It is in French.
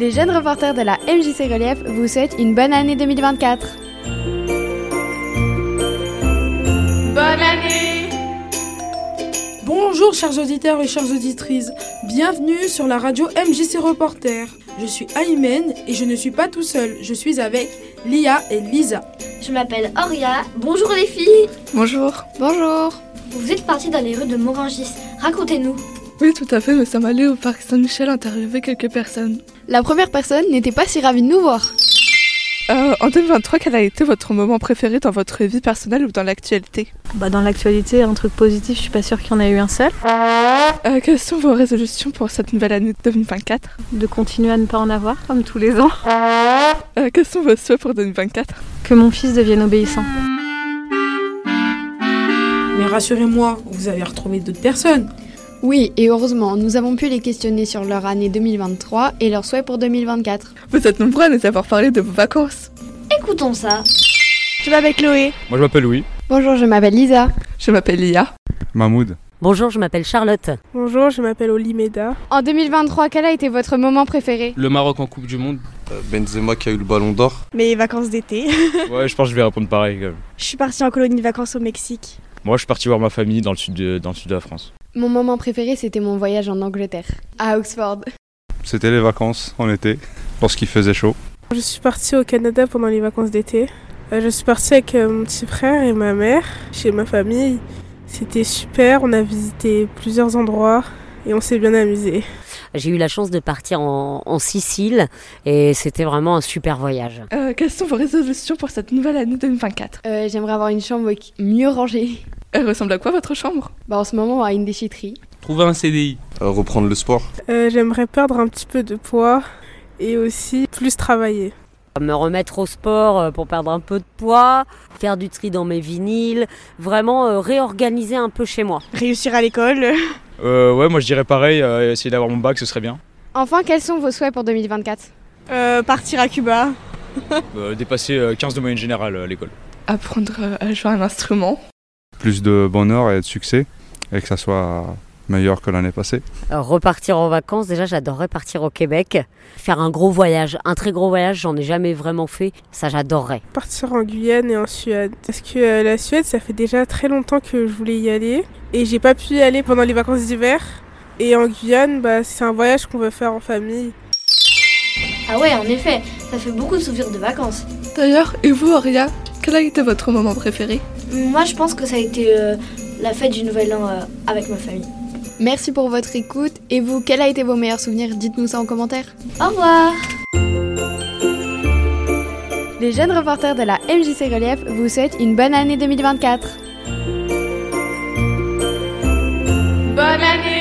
Les jeunes reporters de la MJC Relief vous souhaitent une bonne année 2024. Bonne année Bonjour chers auditeurs et chères auditrices, bienvenue sur la radio MJC Reporter. Je suis Aymen et je ne suis pas tout seul, je suis avec Lia et Lisa. Je m'appelle Oria. Bonjour les filles. Bonjour. Bonjour. Vous êtes parties dans les rues de Morangis. Racontez-nous. Oui, tout à fait, nous sommes allés au parc Saint-Michel interviewer quelques personnes. La première personne n'était pas si ravie de nous voir. Euh, en 2023, quel a été votre moment préféré dans votre vie personnelle ou dans l'actualité Bah dans l'actualité, un truc positif, je suis pas sûre qu'il y en a eu un seul. Euh, Quelles sont vos résolutions pour cette nouvelle année 2024 De continuer à ne pas en avoir, comme tous les ans. Euh, Quels sont vos souhaits pour 2024 Que mon fils devienne obéissant. Mais rassurez-moi, vous avez retrouvé d'autres personnes. Oui, et heureusement, nous avons pu les questionner sur leur année 2023 et leurs souhaits pour 2024. Vous êtes nombreux à nous avoir parlé de vos vacances. Écoutons ça. Je m'appelle Chloé. Moi je m'appelle Louis. Bonjour, je m'appelle Lisa. Je m'appelle Lia. Mahmoud. Bonjour, je m'appelle Charlotte. Bonjour, je m'appelle Olimeda. En 2023, quel a été votre moment préféré Le Maroc en Coupe du Monde. Euh, Benzema qui a eu le ballon d'or. Mes vacances d'été. Ouais, je pense que je vais répondre pareil quand même. Je suis partie en colonie de vacances au Mexique. Moi je suis parti voir ma famille dans le sud de, dans le sud de la France. Mon moment préféré, c'était mon voyage en Angleterre, à Oxford. C'était les vacances en été, lorsqu'il faisait chaud. Je suis partie au Canada pendant les vacances d'été. Euh, Je suis partie avec mon petit frère et ma mère, chez ma famille. C'était super, on a visité plusieurs endroits et on s'est bien amusé. J'ai eu la chance de partir en, en Sicile et c'était vraiment un super voyage. Euh, quelles sont vos résolutions pour cette nouvelle année 2024 Euh, J'aimerais avoir une chambre qui- mieux rangée. Elle ressemble à quoi votre chambre Bah, en ce moment, à une déchetterie. Trouver un CDI. Euh, reprendre le sport. Euh, J'aimerais perdre un petit peu de poids et aussi plus travailler. Me remettre au sport euh, pour perdre un peu de poids, faire du tri dans mes vinyles, vraiment euh, réorganiser un peu chez moi. Réussir à l'école. Euh, ouais, moi je dirais pareil, euh, essayer d'avoir mon bac, ce serait bien. Enfin, quels sont vos souhaits pour 2024 Euh, partir à Cuba. Euh, dépasser euh, 15 de moyenne générale euh, à l'école. Apprendre euh, à jouer un instrument. Plus de bonheur et de succès, et que ça soit meilleur que l'année passée. Euh, repartir en vacances, déjà j'adorerais partir au Québec, faire un gros voyage, un très gros voyage, j'en ai jamais vraiment fait, ça j'adorerais. Partir en Guyane et en Suède. Parce que euh, la Suède, ça fait déjà très longtemps que je voulais y aller et j'ai pas pu y aller pendant les vacances d'hiver. Et en Guyane, bah, c'est un voyage qu'on veut faire en famille. Ah ouais, en effet, ça fait beaucoup de souvenirs de vacances. D'ailleurs, et vous, Aria Quel a été votre moment préféré Moi, je pense que ça a été euh, la fête du Nouvel An euh, avec ma famille. Merci pour votre écoute. Et vous, quels a été vos meilleurs souvenirs Dites-nous ça en commentaire. Au revoir Les jeunes reporters de la MJC Relief vous souhaitent une bonne année 2024. Bonne année